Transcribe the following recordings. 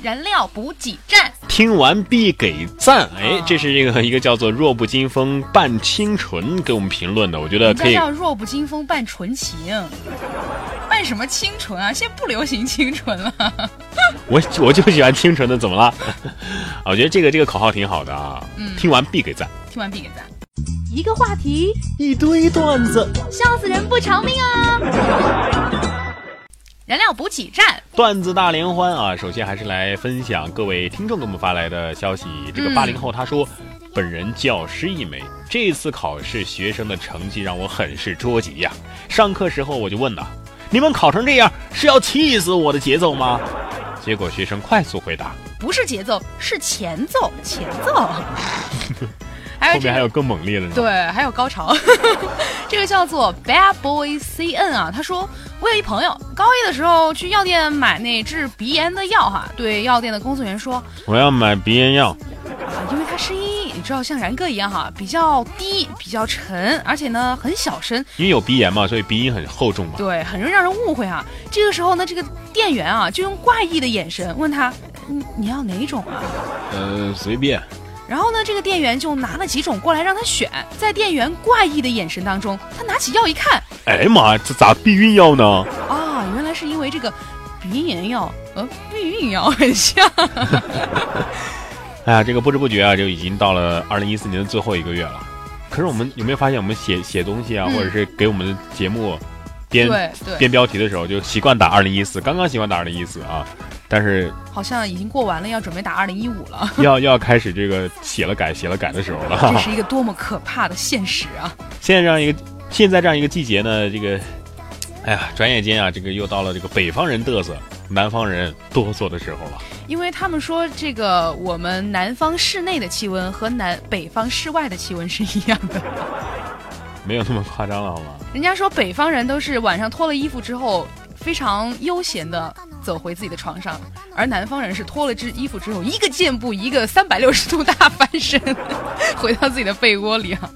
燃料补给站，听完必给赞，哎，这是这个一个叫做“弱不禁风半清纯”给我们评论的，我觉得人呃可家以。叫弱不禁风伴纯情，伴什么清纯啊？现在不流行清纯了。我我就喜欢清纯的，怎么了？ 啊我觉得这个这个口号挺好的啊，听完必给赞。听完必给赞。一个话题，一堆段子，笑死人不偿命啊！ 燃料补给站，段子大联欢啊！首先还是来分享各位听众给我们发来的消息。这个嗯八零后他说，本人教师一枚，这次考试学生的成绩让我很是捉急呀、上课时候我就问呐，你们考成这样是要气死我的节奏吗？结果学生快速回答，不是节奏，是前奏，前 奏。还后哎有这面还个，有更猛烈的呢。对，还有高潮。 这个叫做 Bad Boy CN 啊，他说我有一朋友高一的时候去药店买那治鼻炎的药哈，对药店的工作人员说，我要买鼻炎药，啊，因为他声音你知道像然哥一样哈，比较低，比较沉，而且呢很小声，因为有鼻炎嘛，所以鼻音很厚重嘛。对，很容易让人误会啊。这个时候呢，这个店员啊就用怪异的眼神问他：“你你要哪种啊呃，随便。？”然后呢，这个店员就拿了几种过来让他选。在店员怪异的眼神当中，他拿起药一看，哎呀妈，这咋避孕药呢？啊，原来是因为这个鼻炎药，呃，避孕药很像。哎呀，这个不知不觉啊，就已经到了二零一四年的最后一个月了。可是我们有没有发现，我们写写东西啊，嗯或者是给我们的节目编 对对，编标题的时候，就习惯打二零一四，刚刚习惯打二零一四啊，但 是好像已经过完了，要准备打二零一五 了。要要开始这个写了改写了改的时候了。这是一个多么可怕的现实啊！ 现在这样一个现在这样一个季节呢，这个，哎呀，转眼间啊，这个又到了这个北方人嘚瑟，南方人哆嗦的时候了。因为他们说这个我们南方室内的气温和南北方室外的气温是一样的。没有那么夸张了，好吗？人家说北方人都是晚上脱了衣服之后非常悠闲的走回自己的床上，而南方人是脱了只衣服之后一个箭步，一个三百六十度大翻身， 回到自己的被窝里啊。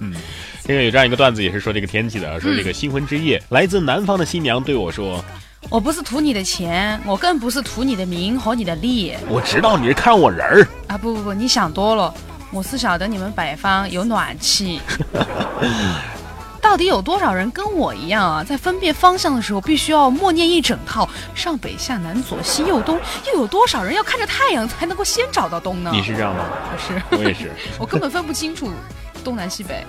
这个有这样一个段子，也是说这个天气的，说这个新婚之夜，来自南方的新娘对我说我不是图你的钱，我更不是图你的名和你的利：“我知道你是看上我人儿。啊！不不不，你想多了，我是晓得你们北方有 暖气。到底有多少人跟我一样啊，在分辨方向的时候必须要默念一整套上北下南左西右东？又有多少人要看着太阳才能够先找到东呢？你是这样吗？我是，我也是。我根本分不清楚东南西北，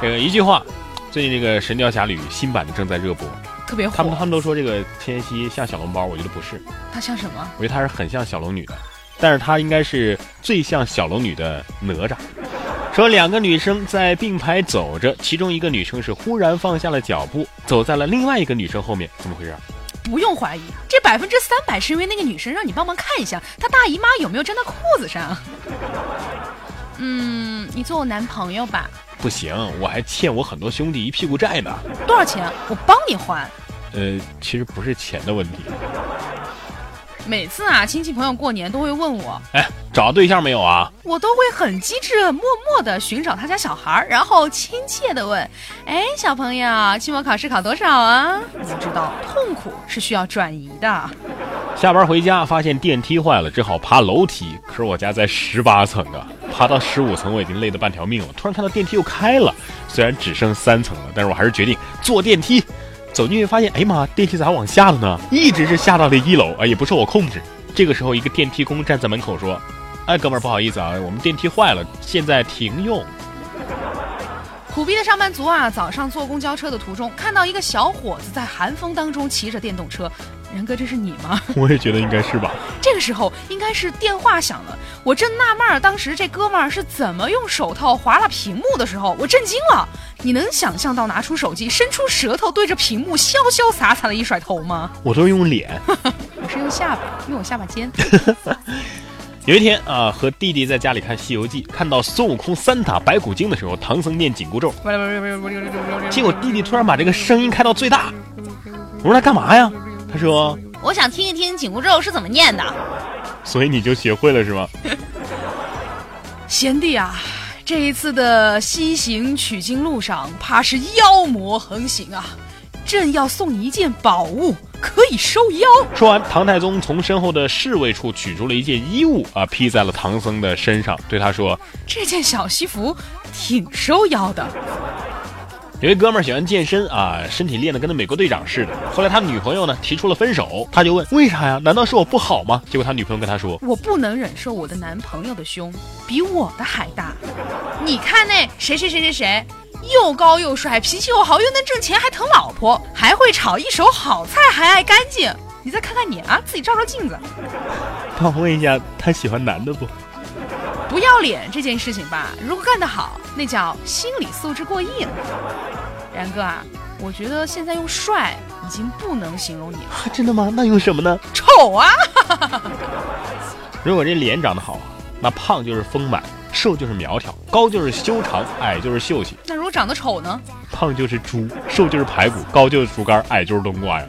这个一句话，最近这个《神雕侠侣》新版的正在热播，特别他们他火。们都说这个千玺像小笼包，我觉得不是，它像什么？我觉得她是很像小龙女的，但是她应该是最像小龙女的哪吒。说两个女生在并排走着，其中一个女生是忽然放下了脚步，走在了另外一个女生后面，怎么回事？不用怀疑，这百分之三百是因为那个女生让你帮忙看一下，她大姨妈有没有粘到裤子上。 嗯，你做我男朋友吧？不行，我还欠我很多兄弟一屁股债呢。多少钱？我帮你还。呃，其实不是钱的问题。每次啊，亲戚朋友过年都会问我，哎，找对象没有啊？我都会很机智、默默地寻找他家小孩儿，然后亲切地问：“哎，小朋友，期末考试考多少啊？”你知道，痛苦是需要转移的。下班回家发现电梯坏了，只好爬楼梯。可是我家在十八层啊，爬到十五层我已经累得半条命了。突然看到电梯又开了，虽然只剩三层了，但是我还是决定坐电梯。走进去发现，哎呀妈，电梯咋往下了呢？一直是下到了一楼，哎，也不受我控制。这个时候，一个电梯工站在门口说：“哎，哥们儿，不好意思啊，我们电梯坏了，现在停用。苦逼的上班族啊，早上坐公交车的途中看到一个小伙子在寒风当中骑着电动车，然哥，这是你吗？我也觉得应该是吧。这个时候应该是电话响了，我正纳闷儿，当时这哥们儿是怎么用手套划拉屏幕的时候，我震惊了。你能想象到拿出手机，伸出舌头对着屏幕潇潇洒洒的一甩头吗？我都是用脸。我是用下巴，用我下巴尖。有一天啊，和弟弟在家里看《西游记》，看到孙悟空三打白骨精的时候，唐僧念紧箍咒，结果弟弟突然把这个声音开到最大。我说他干嘛呀？他说，我想听一听紧箍咒是怎么念的。所以你就学会了是吗？贤弟啊，这一次的西行取经路上，怕是妖魔横行啊！朕要送你一件宝物，可以收妖。说完，唐太宗从身后的侍卫处取出了一件衣物啊，披在了唐僧的身上，对他说：“这件小西服挺收妖的。有一哥们儿喜欢健身啊，身体练得跟那美国队长似的。后来他女朋友呢提出了分手，他就问为啥呀？难道是我不好吗？结果他女朋友跟他说，我不能忍受我的男朋友的胸比我的还大，你看那谁谁谁谁谁，又高又帅，脾气又好，又能挣钱，还疼老婆，还会炒一手好菜，还爱干净。你再看看你啊，自己照照镜子。帮我问一下，他喜欢男的不？不要脸这件事情吧，如果干得好，那叫心理素质过硬。然哥啊，我觉得现在用帅已经不能形容你了，啊，真的吗？那用什么呢？丑啊！如果这脸长得好，啊那胖就是丰满，瘦就是苗条，高就是修长，矮就是秀气。那如果长得丑呢？胖就是猪，瘦就是排骨，高就是竹竿，矮就是冬瓜呀。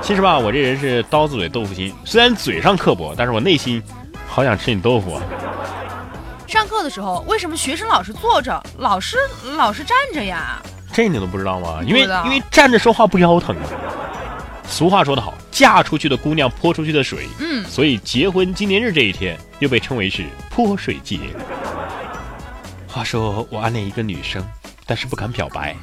其实吧，我这人是刀子嘴豆腐心，虽然嘴上刻薄，但是我内心好想吃你豆腐啊！上课的时候为什么学生老是坐着，老师老是站着呀？这你都不知道吗？因为不知道因为站着说话不腰疼啊。俗话说得好，嫁出去的姑娘泼出去的水，嗯，所以结婚纪念日这一天又被称为是泼水节。话说我暗恋一个女生，但是不敢表白。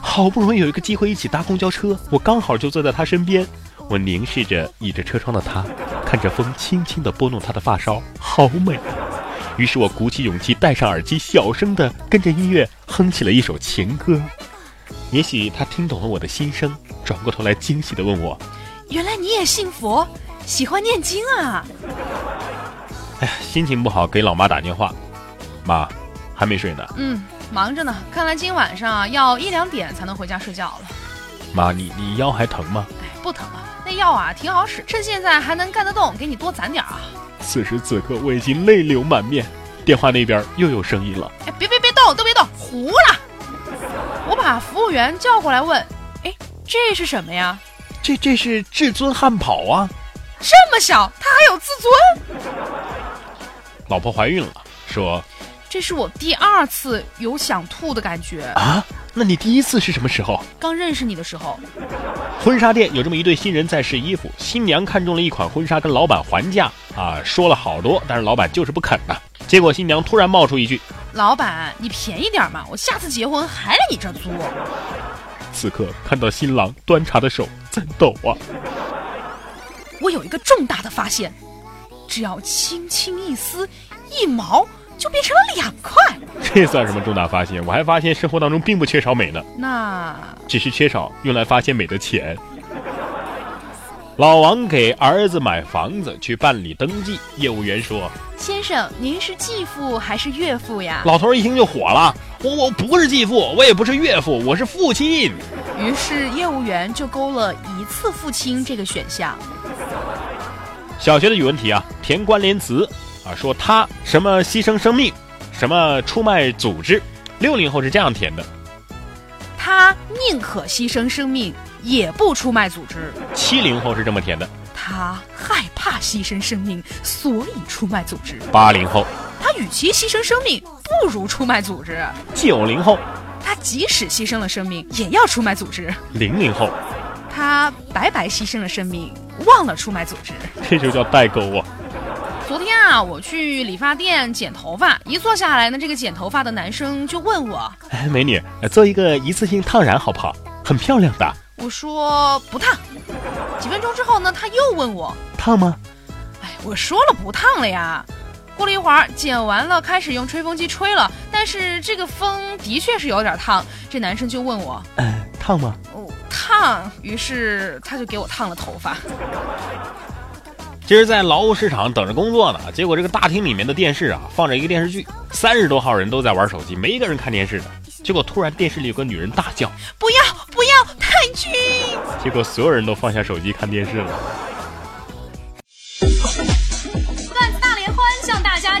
好不容易有一个机会一起搭公交车，我刚好就坐在她身边。我凝视着倚着车窗的她，看着风轻轻地拨弄她的发梢，好美。于是我鼓起勇气，戴上耳机，小声地跟着音乐哼起了一首情歌。也许她听懂了我的心声，转过头来惊喜地问我：“原来你也信佛，喜欢念经啊？哎心情不好给老妈打电话，妈，还没睡呢。嗯，忙着呢，看来今晚上要一两点才能回家睡觉了。妈，你你腰还疼吗？哎，不疼了，那药啊挺好使，趁现在还能干得动，给你多攒点儿啊。此时此刻我已经泪流满面。电话那边又有声音了，哎，别别别动，都别动，糊了。我把服务员叫过来问，哎，这是什么呀？这这是至尊汉堡啊！这么小，他还有自尊？老婆怀孕了，说这是我第二次有想吐的感觉。啊，那你第一次是什么时候？刚认识你的时候，婚纱店有这么一对新人在试衣服，新娘看中了一款婚纱，跟老板还价啊，说了好多，但是老板就是不肯呐、结果新娘突然冒出一句：“老板，你便宜点嘛，我下次结婚还来你这儿租。此刻看到新郎端茶的手在抖啊。”我有一个重大的发现，只要轻轻一撕，一毛就变成了两块。 这算什么重大发现？我还发现生活当中并不缺少美呢，那只是缺少用来发现美的钱。老王给儿子买房子，去办理登记。业务员说先生，您是继父还是岳父：“呀？老头儿一听就火了，我我不是继父，我也不是岳父，我是父亲。于是业务员就勾了一次父亲这个选项。”小学的语文题啊，填关联词啊，说他什么牺牲生命，什么出卖组织。六零后是这样填的，他宁可牺牲生命，也不出卖组织。七零后是这么填的，他害怕牺牲生命，所以出卖组织。八零后、他与其牺牲生命，不如出卖组织。九零后、他即使牺牲了生命，也要出卖组织。零零后，他白白牺牲了生命，忘了出卖组织。这就叫代沟啊。昨天啊，我去理发店剪头发，一坐下来呢，这个剪头发的男生就问我，哎，美女，呃做一个一次性烫染好不好？很漂亮的，我说不烫。几分钟之后呢，他又问我，烫吗？哎，我说了不烫了呀。过了一会儿，剪完了，开始用吹风机吹了，但是这个风的确是有点烫。这男生就问我，呃，烫吗？哦，烫，于是他就给我烫了头发。今儿在劳务市场等着工作呢，结果这个大厅里面的电视啊，放着一个电视剧，三十多号人都在玩手机，没一个人看电视的。结果突然电视里有个女人大叫，不要不要，太君！结果所有人都放下手机看电视了。段子大联欢向大家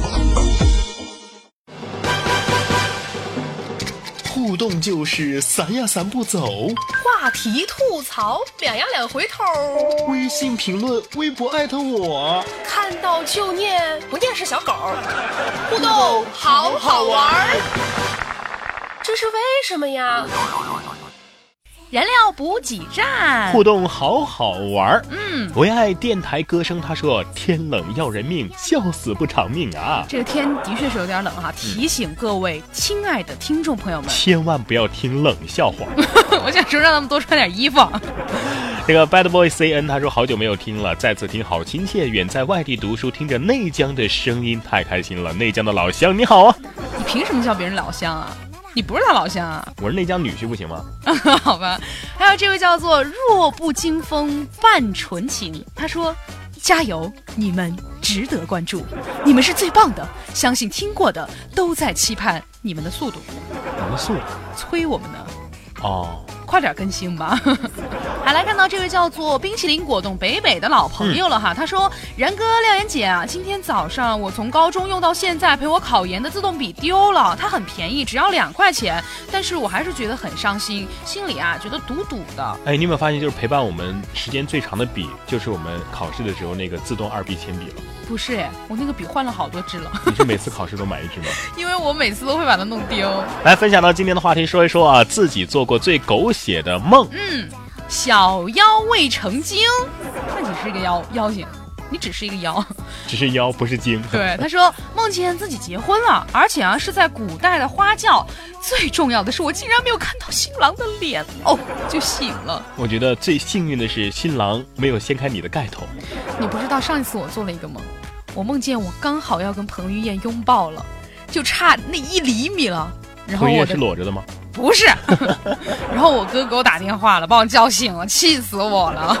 互动就是散呀散不走，话题吐槽，两呀两回头，微信评论、微博艾特我。看到就念，不念是小狗。互动好好玩儿，这是为什么呀？燃料补给站。互动好好玩儿，嗯，唯爱电台歌声他说：“天冷要人命，笑死不偿命啊！”这个天的确是有点冷哈、提醒各位亲爱的听众朋友们，千万不要听冷笑话。 我想说让他们多穿点衣服。这个 Bad Boy C N 他说好久没有听了，再次听好亲切。远在外地读书，听着内江的声音太开心了。内江的老乡你好啊，你凭什么叫别人老乡啊？你不是他老乡啊？我是内江女婿不行吗？ 好吧。还有这位叫做弱不禁风半纯情，他说：“加油，你们值得关注，你们是最棒的，相信听过的都在期盼你们的速度，能送催我们呢。”哦，快点更新吧！ 还来看到这位叫做冰淇淋果冻北北的老朋友了哈，他说：“然哥、廖岩姐啊，今天早上我从高中用到现在陪我考研的自动笔丢了，它很便宜，只要两块钱，但是我还是觉得很伤心，心里啊觉得堵堵的。哎，你有没有发现，就是陪伴我们时间最长的笔，就是我们考试的时候那个自动二 B 铅笔了。不是哎，我那个笔换了好多支了， 你是每次考试都买一支吗？ 因为我每次都会把它弄丢。来分享到今天的话题，说一说啊，自己做过最狗血的梦。嗯小妖未成精，那你是一个妖妖精，你只是一个妖。”只是妖不是精。对，他说梦见自己结婚了，而且啊是在古代的花轿。最重要的是，我竟然没有看到新郎的脸哦，就醒了。我觉得最幸运的是新郎没有掀开你的盖头。你不知道上一次我做了一个梦，我梦见我刚好要跟彭于晏拥抱了，就差那一厘米了。然后彭于我晏是的裸着的吗？不是， 然后我哥给我打电话了，把我叫醒了，气死我了。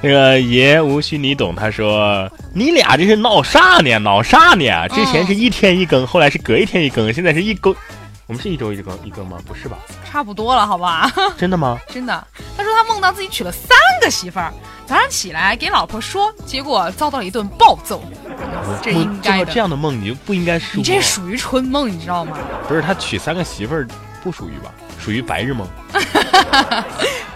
那个爷无需你懂，他说你俩这是闹啥呢？闹啥呢？之前是一天一更，后来是隔一天一更，现在是一更。我们是一周一更一更吗？不是吧？差不多了，好吧。 真的吗？真的，他说他梦到自己娶了三个媳妇儿，早上起来给老婆说，结果遭到了一顿暴揍。这我应该做的这样的梦你就不应该说。你这属于春梦，你知道吗？不是他娶三个媳妇儿不属于吧？属于白日梦。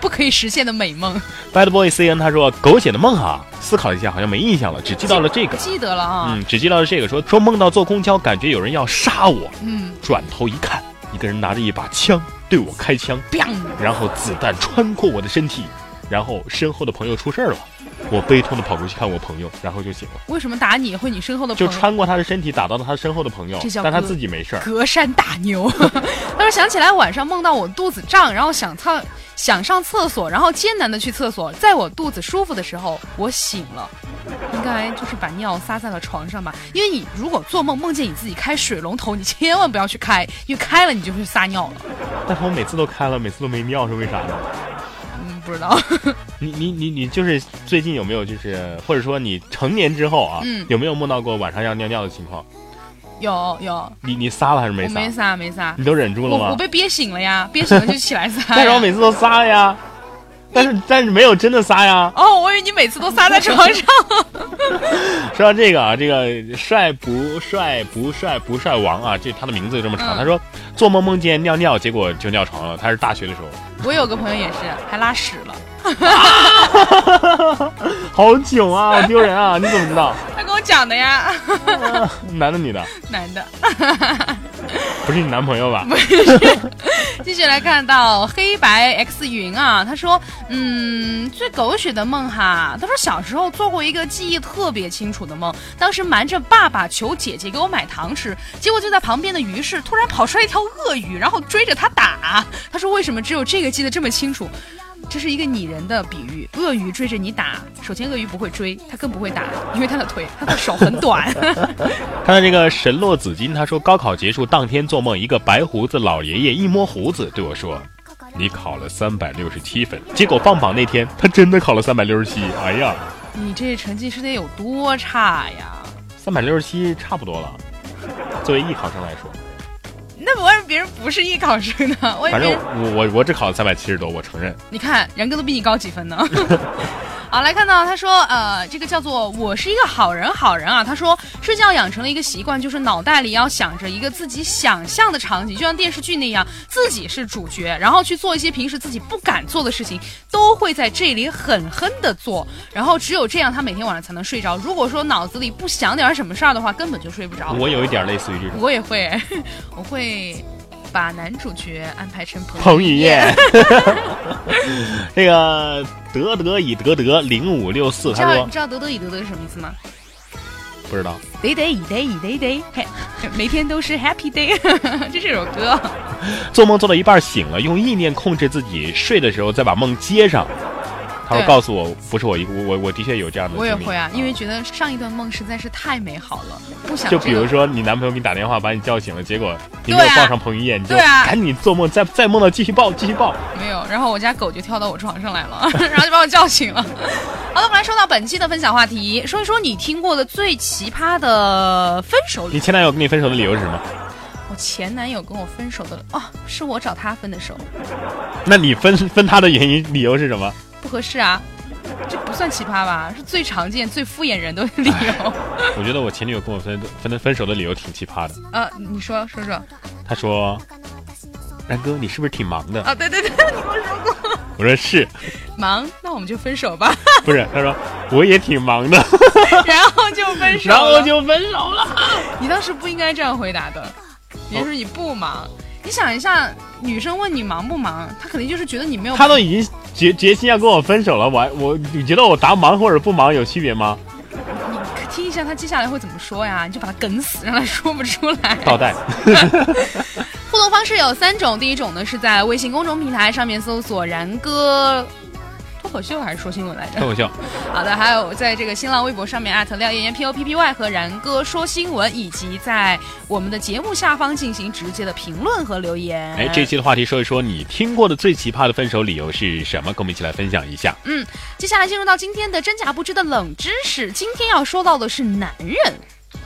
不可以实现的美梦。 Bad Boy C N 他说狗血的梦啊，思考了一下好像没印象了，只记到了这个。记得了啊，嗯，只记到了这个，说说梦到坐公交，感觉有人要杀我，嗯，转头一看，一个人拿着一把枪对我开枪，砰、然后子弹穿过我的身体，然后身后的朋友出事儿了，我悲痛的跑过去看我朋友，然后就醒了，为什么打你会你身后的朋就友？穿过他的身体打到了他身后的朋友这，叫但他割自己没事儿。隔山打牛。 他说想起来晚上梦到我肚子胀，然后想上想上厕所，然后艰难的去厕所，在我肚子舒服的时候，我醒了。应该就是把尿撒在了床上吧，因为你如果做梦梦见你自己开水龙头，你千万不要去开，因为开了你就会撒尿了。但是我每次都开了，每次都没尿，是为啥呢？嗯，不知道， 你你你你就是最近有没有就是或者说你成年之后啊，嗯有没有梦到过晚上要尿尿的情况？有有，你你撒了还是没我撒？没撒没撒，你都忍住了吗？ 我我被憋醒了呀，憋醒了就起来撒呀。但是我每次都撒了呀，但是但是没有真的撒呀。 哦，我以为你每次都撒在床上。 说到这个啊，这个帅不帅不帅不帅王啊，这他的名字就这么长。嗯他说做梦梦见尿尿，结果就尿床了。他是大学的时候，我有个朋友也是，还拉屎了。 好囧啊，好丢人啊！你怎么知道？他跟我讲的呀， 男的女的？男的。不是你男朋友吧？ 继续来看到黑白 X 云啊，他说，嗯，最狗血的梦哈，他说小时候做过一个记忆特别清楚的梦，当时瞒着爸爸求姐姐给我买糖吃，结果就在旁边的鱼市突然跑出来一条鳄鱼，然后追着他打。他说为什么只有这个记得这么清楚？这是一个拟人的比喻，鳄鱼追着你打。首先，鳄鱼不会追，它更不会打，因为它的腿、它的手很短。看 到这个神落紫金，他说高考结束当天做梦，一个白胡子老爷爷一摸胡子对我说：“你考了三百六十七分。”结果放榜那天，他真的考了三百六十七。哎呀，你这成绩是得有多差呀？三百六十七差不多了。作为艺考生来说，那我别人不是艺考生 呢，我以反正为我我我只考了三百七十多，我承认。你看然哥都比你高几分 呢。好，来看到他说，呃，这个叫做我是一个好人，好人啊。他说睡觉养成了一个习惯，就是脑袋里要想着一个自己想象的场景，就像电视剧那样，自己是主角，然后去做一些平时自己不敢做的事情，都会在这里狠狠的做。然后只有这样，他每天晚上才能睡着。如果说脑子里不想点什么事儿的话，根本就睡不着。我有一点类似于这种。我也会， 我会把男主角安排成朋友。彭于晏， 这个德德以德德零五六四，知他道说你知道得得以得得是什么意思吗？不知道。得得以得以得得，嘿，每天都是 Happy Day，这 是首歌。做梦做到一半醒了，用意念控制自己睡的时候再把梦接上。他说对告诉我，不是我一个，我我的确有这样的我经历。也会啊，因为觉得上一段梦实在是太美好了，不想、这就个、比如说你男朋友给你打电话把你叫醒了，结果你没对有啊报上彭于晏，你就对啊赶紧做梦，再再梦到继续报，继续报。没有，然后我家狗就跳到我床上来了， 然后就把我叫醒了。 好了，我们来说到本期的分享话题，说一说你听过的最奇葩的分手你理。前男友跟你分手的理由是什么？我前男友跟我分手的哦，是我找他分的手，那你分分他的原因理由是什么？不合适啊，这不算奇葩吧？是最常见、最敷衍人的理 由。我觉得我前女友跟我分分分手的理由挺奇葩的。呃，你说说说她说：“然哥，你是不是挺忙的啊？对对对，你跟我说过。？”我说：“是。忙，那我们就分手吧，”不是，她说：“我也挺忙的。 然后就分”手了。然后就分手了。你当时不应该这样回答的，也就是你不忙。你想一下，女生问你忙不忙，她肯定就是觉得你没有。他都已经决决心要跟我分手了，我还我你觉得我答忙或者不忙有区别吗？你听一下她接下来会怎么说呀？你就把她梗死，让她说不出来。倒带，互动方式有三种，第一种呢是在微信公众平台上面搜索“然哥脱口秀”还是说新闻来着？口秀。好的，还有在这个新浪微博上面艾特廖妍妍 P O P P Y 和然哥说新闻，以及在我们的节目下方进行直接的评论和留言。哎，这期的话题说一说你听过的最奇葩的分手理由是什么？跟我们一起来分享一下。接下来进入到今天的真假不知的冷知识，今天要说到的是男人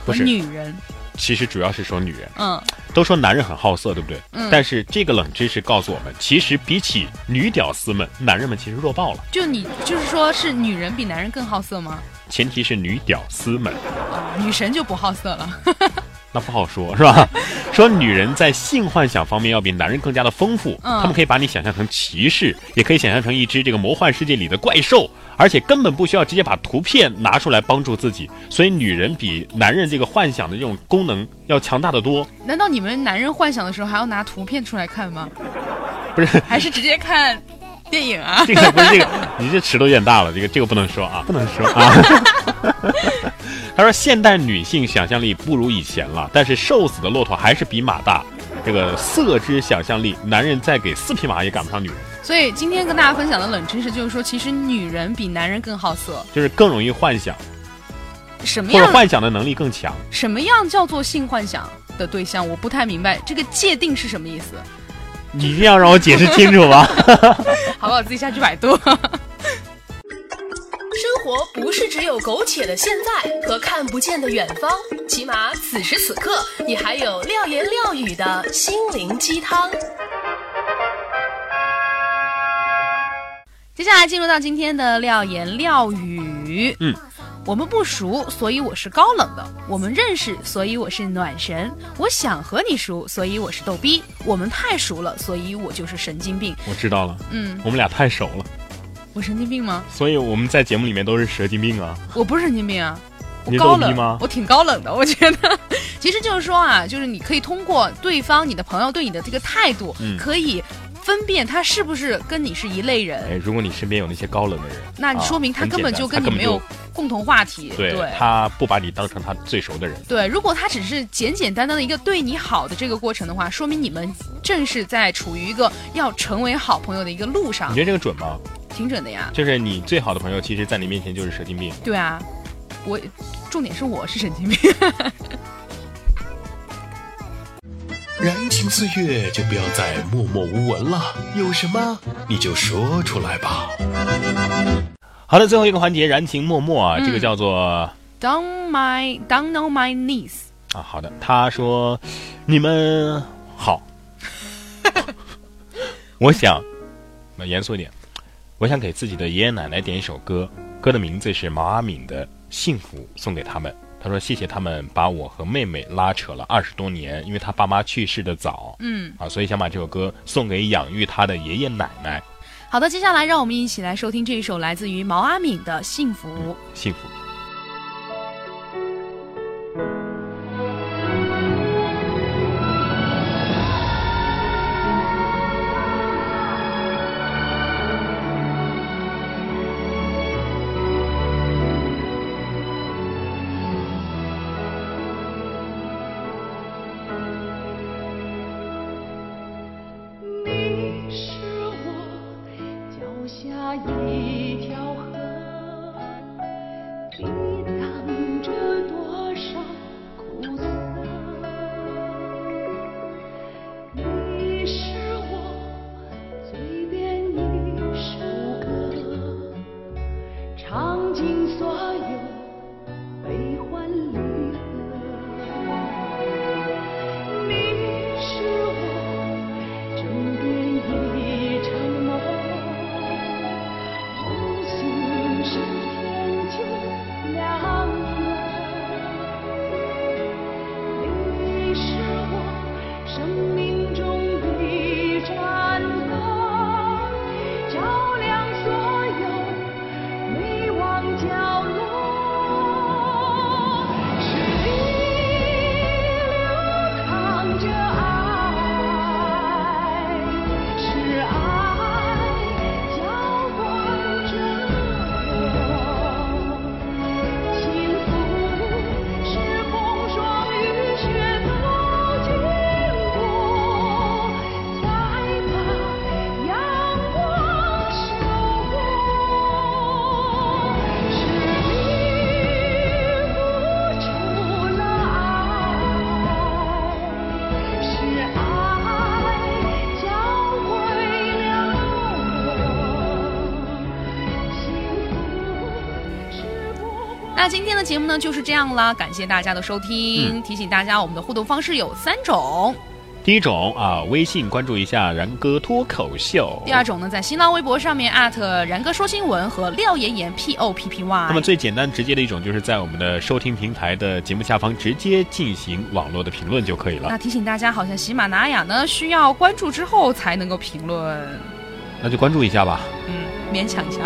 不和是女人，其实主要是说女人，嗯，都说男人很好色，对不对？嗯但是这个冷知识告诉我们，其实比起女屌丝们，男人们其实弱爆了。就你就是说是女人比男人更好色吗？前提是女屌丝们，哦女神就不好色了，那不好说，是吧？说女人在性幻想方面要比男人更加的丰富，嗯他们可以把你想象成骑士，也可以想象成一只这个魔幻世界里的怪兽，而且根本不需要直接把图片拿出来帮助自己，所以女人比男人这个幻想的这种功能要强大的多。难道你们男人幻想的时候还要拿图片出来看吗？不是还是直接看电影啊？这个，不是这个，你这尺度有点大了，这个这个不能说啊，不能说啊。 他说，现代女性想象力不如以前了，但是瘦死的骆驼还是比马大。这个色之想象力，男人再给四匹马也赶不上女人。所以今天跟大家分享的冷知识就是说，其实女人比男人更好色。就是更容易幻想，什么或者样幻想的能力更强。什么样叫做性幻想的对象？我不太明白这个界定是什么意思，你一定要让我解释清楚吧？ 好不好？自己下去百度。 生活不是只有苟且的现在和看不见的远方，起码此时此刻，你还有廖言廖语的心灵鸡汤。接下来进入到今天的廖言廖语。嗯，我们不熟，所以我是高冷的；我们认识，所以我是暖神；我想和你熟，所以我是逗逼；我们太熟了，所以我就是神经病。我知道了，嗯，我们俩太熟了，我神经病吗？所以我们在节目里面都是蛇精病啊。我不是神经病啊，我你高逗冷逼吗我挺高冷的，我觉得。 其实就是说啊，就是你可以通过对方、你的朋友对你的这个态度，嗯可以分辨他是不是跟你是一类人。哎，如果你身边有那些高冷的人，那你啊说明他很根简本单就他跟你根没本就有共同话题。对他不把你当成他最熟的人。对，如果他只是简简单单的一个对你好的这个过程的话，说明你们正是在处于一个要成为好朋友的一个路上你，觉得这个准吗？挺准的呀。就是你最好的朋友，其实在你面前就是神经病。对啊，我重点是我是神经病，燃情岁月就不要再默默无闻了，有什么你就说出来吧。好的，最后一个环节，燃情脉脉啊，这个叫做啊， down my down on my knees。好的，他说你们好，我想，那严肃一点，我想给自己的爷爷奶奶点一首歌，歌的名字是毛阿敏的《幸福》，送给他们。他说谢谢他们把我和妹妹拉扯了二十多年，因为他爸妈去世的早，嗯，啊，所以想把这首歌送给养育他的爷爷奶奶，好的，接下来让我们一起来收听这一首来自于毛阿敏的《幸福》。幸福。你是我脚下一条河，抵挡着多少苦涩。你是我嘴边一首歌，唱尽所有悲欢离合。你是我。枕边一场梦，梦醒时天就亮了。你是我生命中一盏灯，照亮所有迷惘角落。是你流淌着爱，是爱浇灌着我。幸福是风霜雨雪都经过，才把阳光收获。是你付出了爱，是爱教会了我，幸福是不。那今天的节目呢就是这样啦，感谢大家的收听。提醒大家，我们的互动方式有三种。第一种啊，微信关注一下然哥脱口秀。第二种呢，在新浪微博上面艾特然哥说新闻和廖妍妍 P O P P 那么 Y。最简单直接的一种，就是在我们的收听平台的节目下方直接进行网络的评论就可以了。那提醒大家，好像喜马拉雅呢需要关注之后才能够评论，那就关注一下吧。嗯，勉强一下。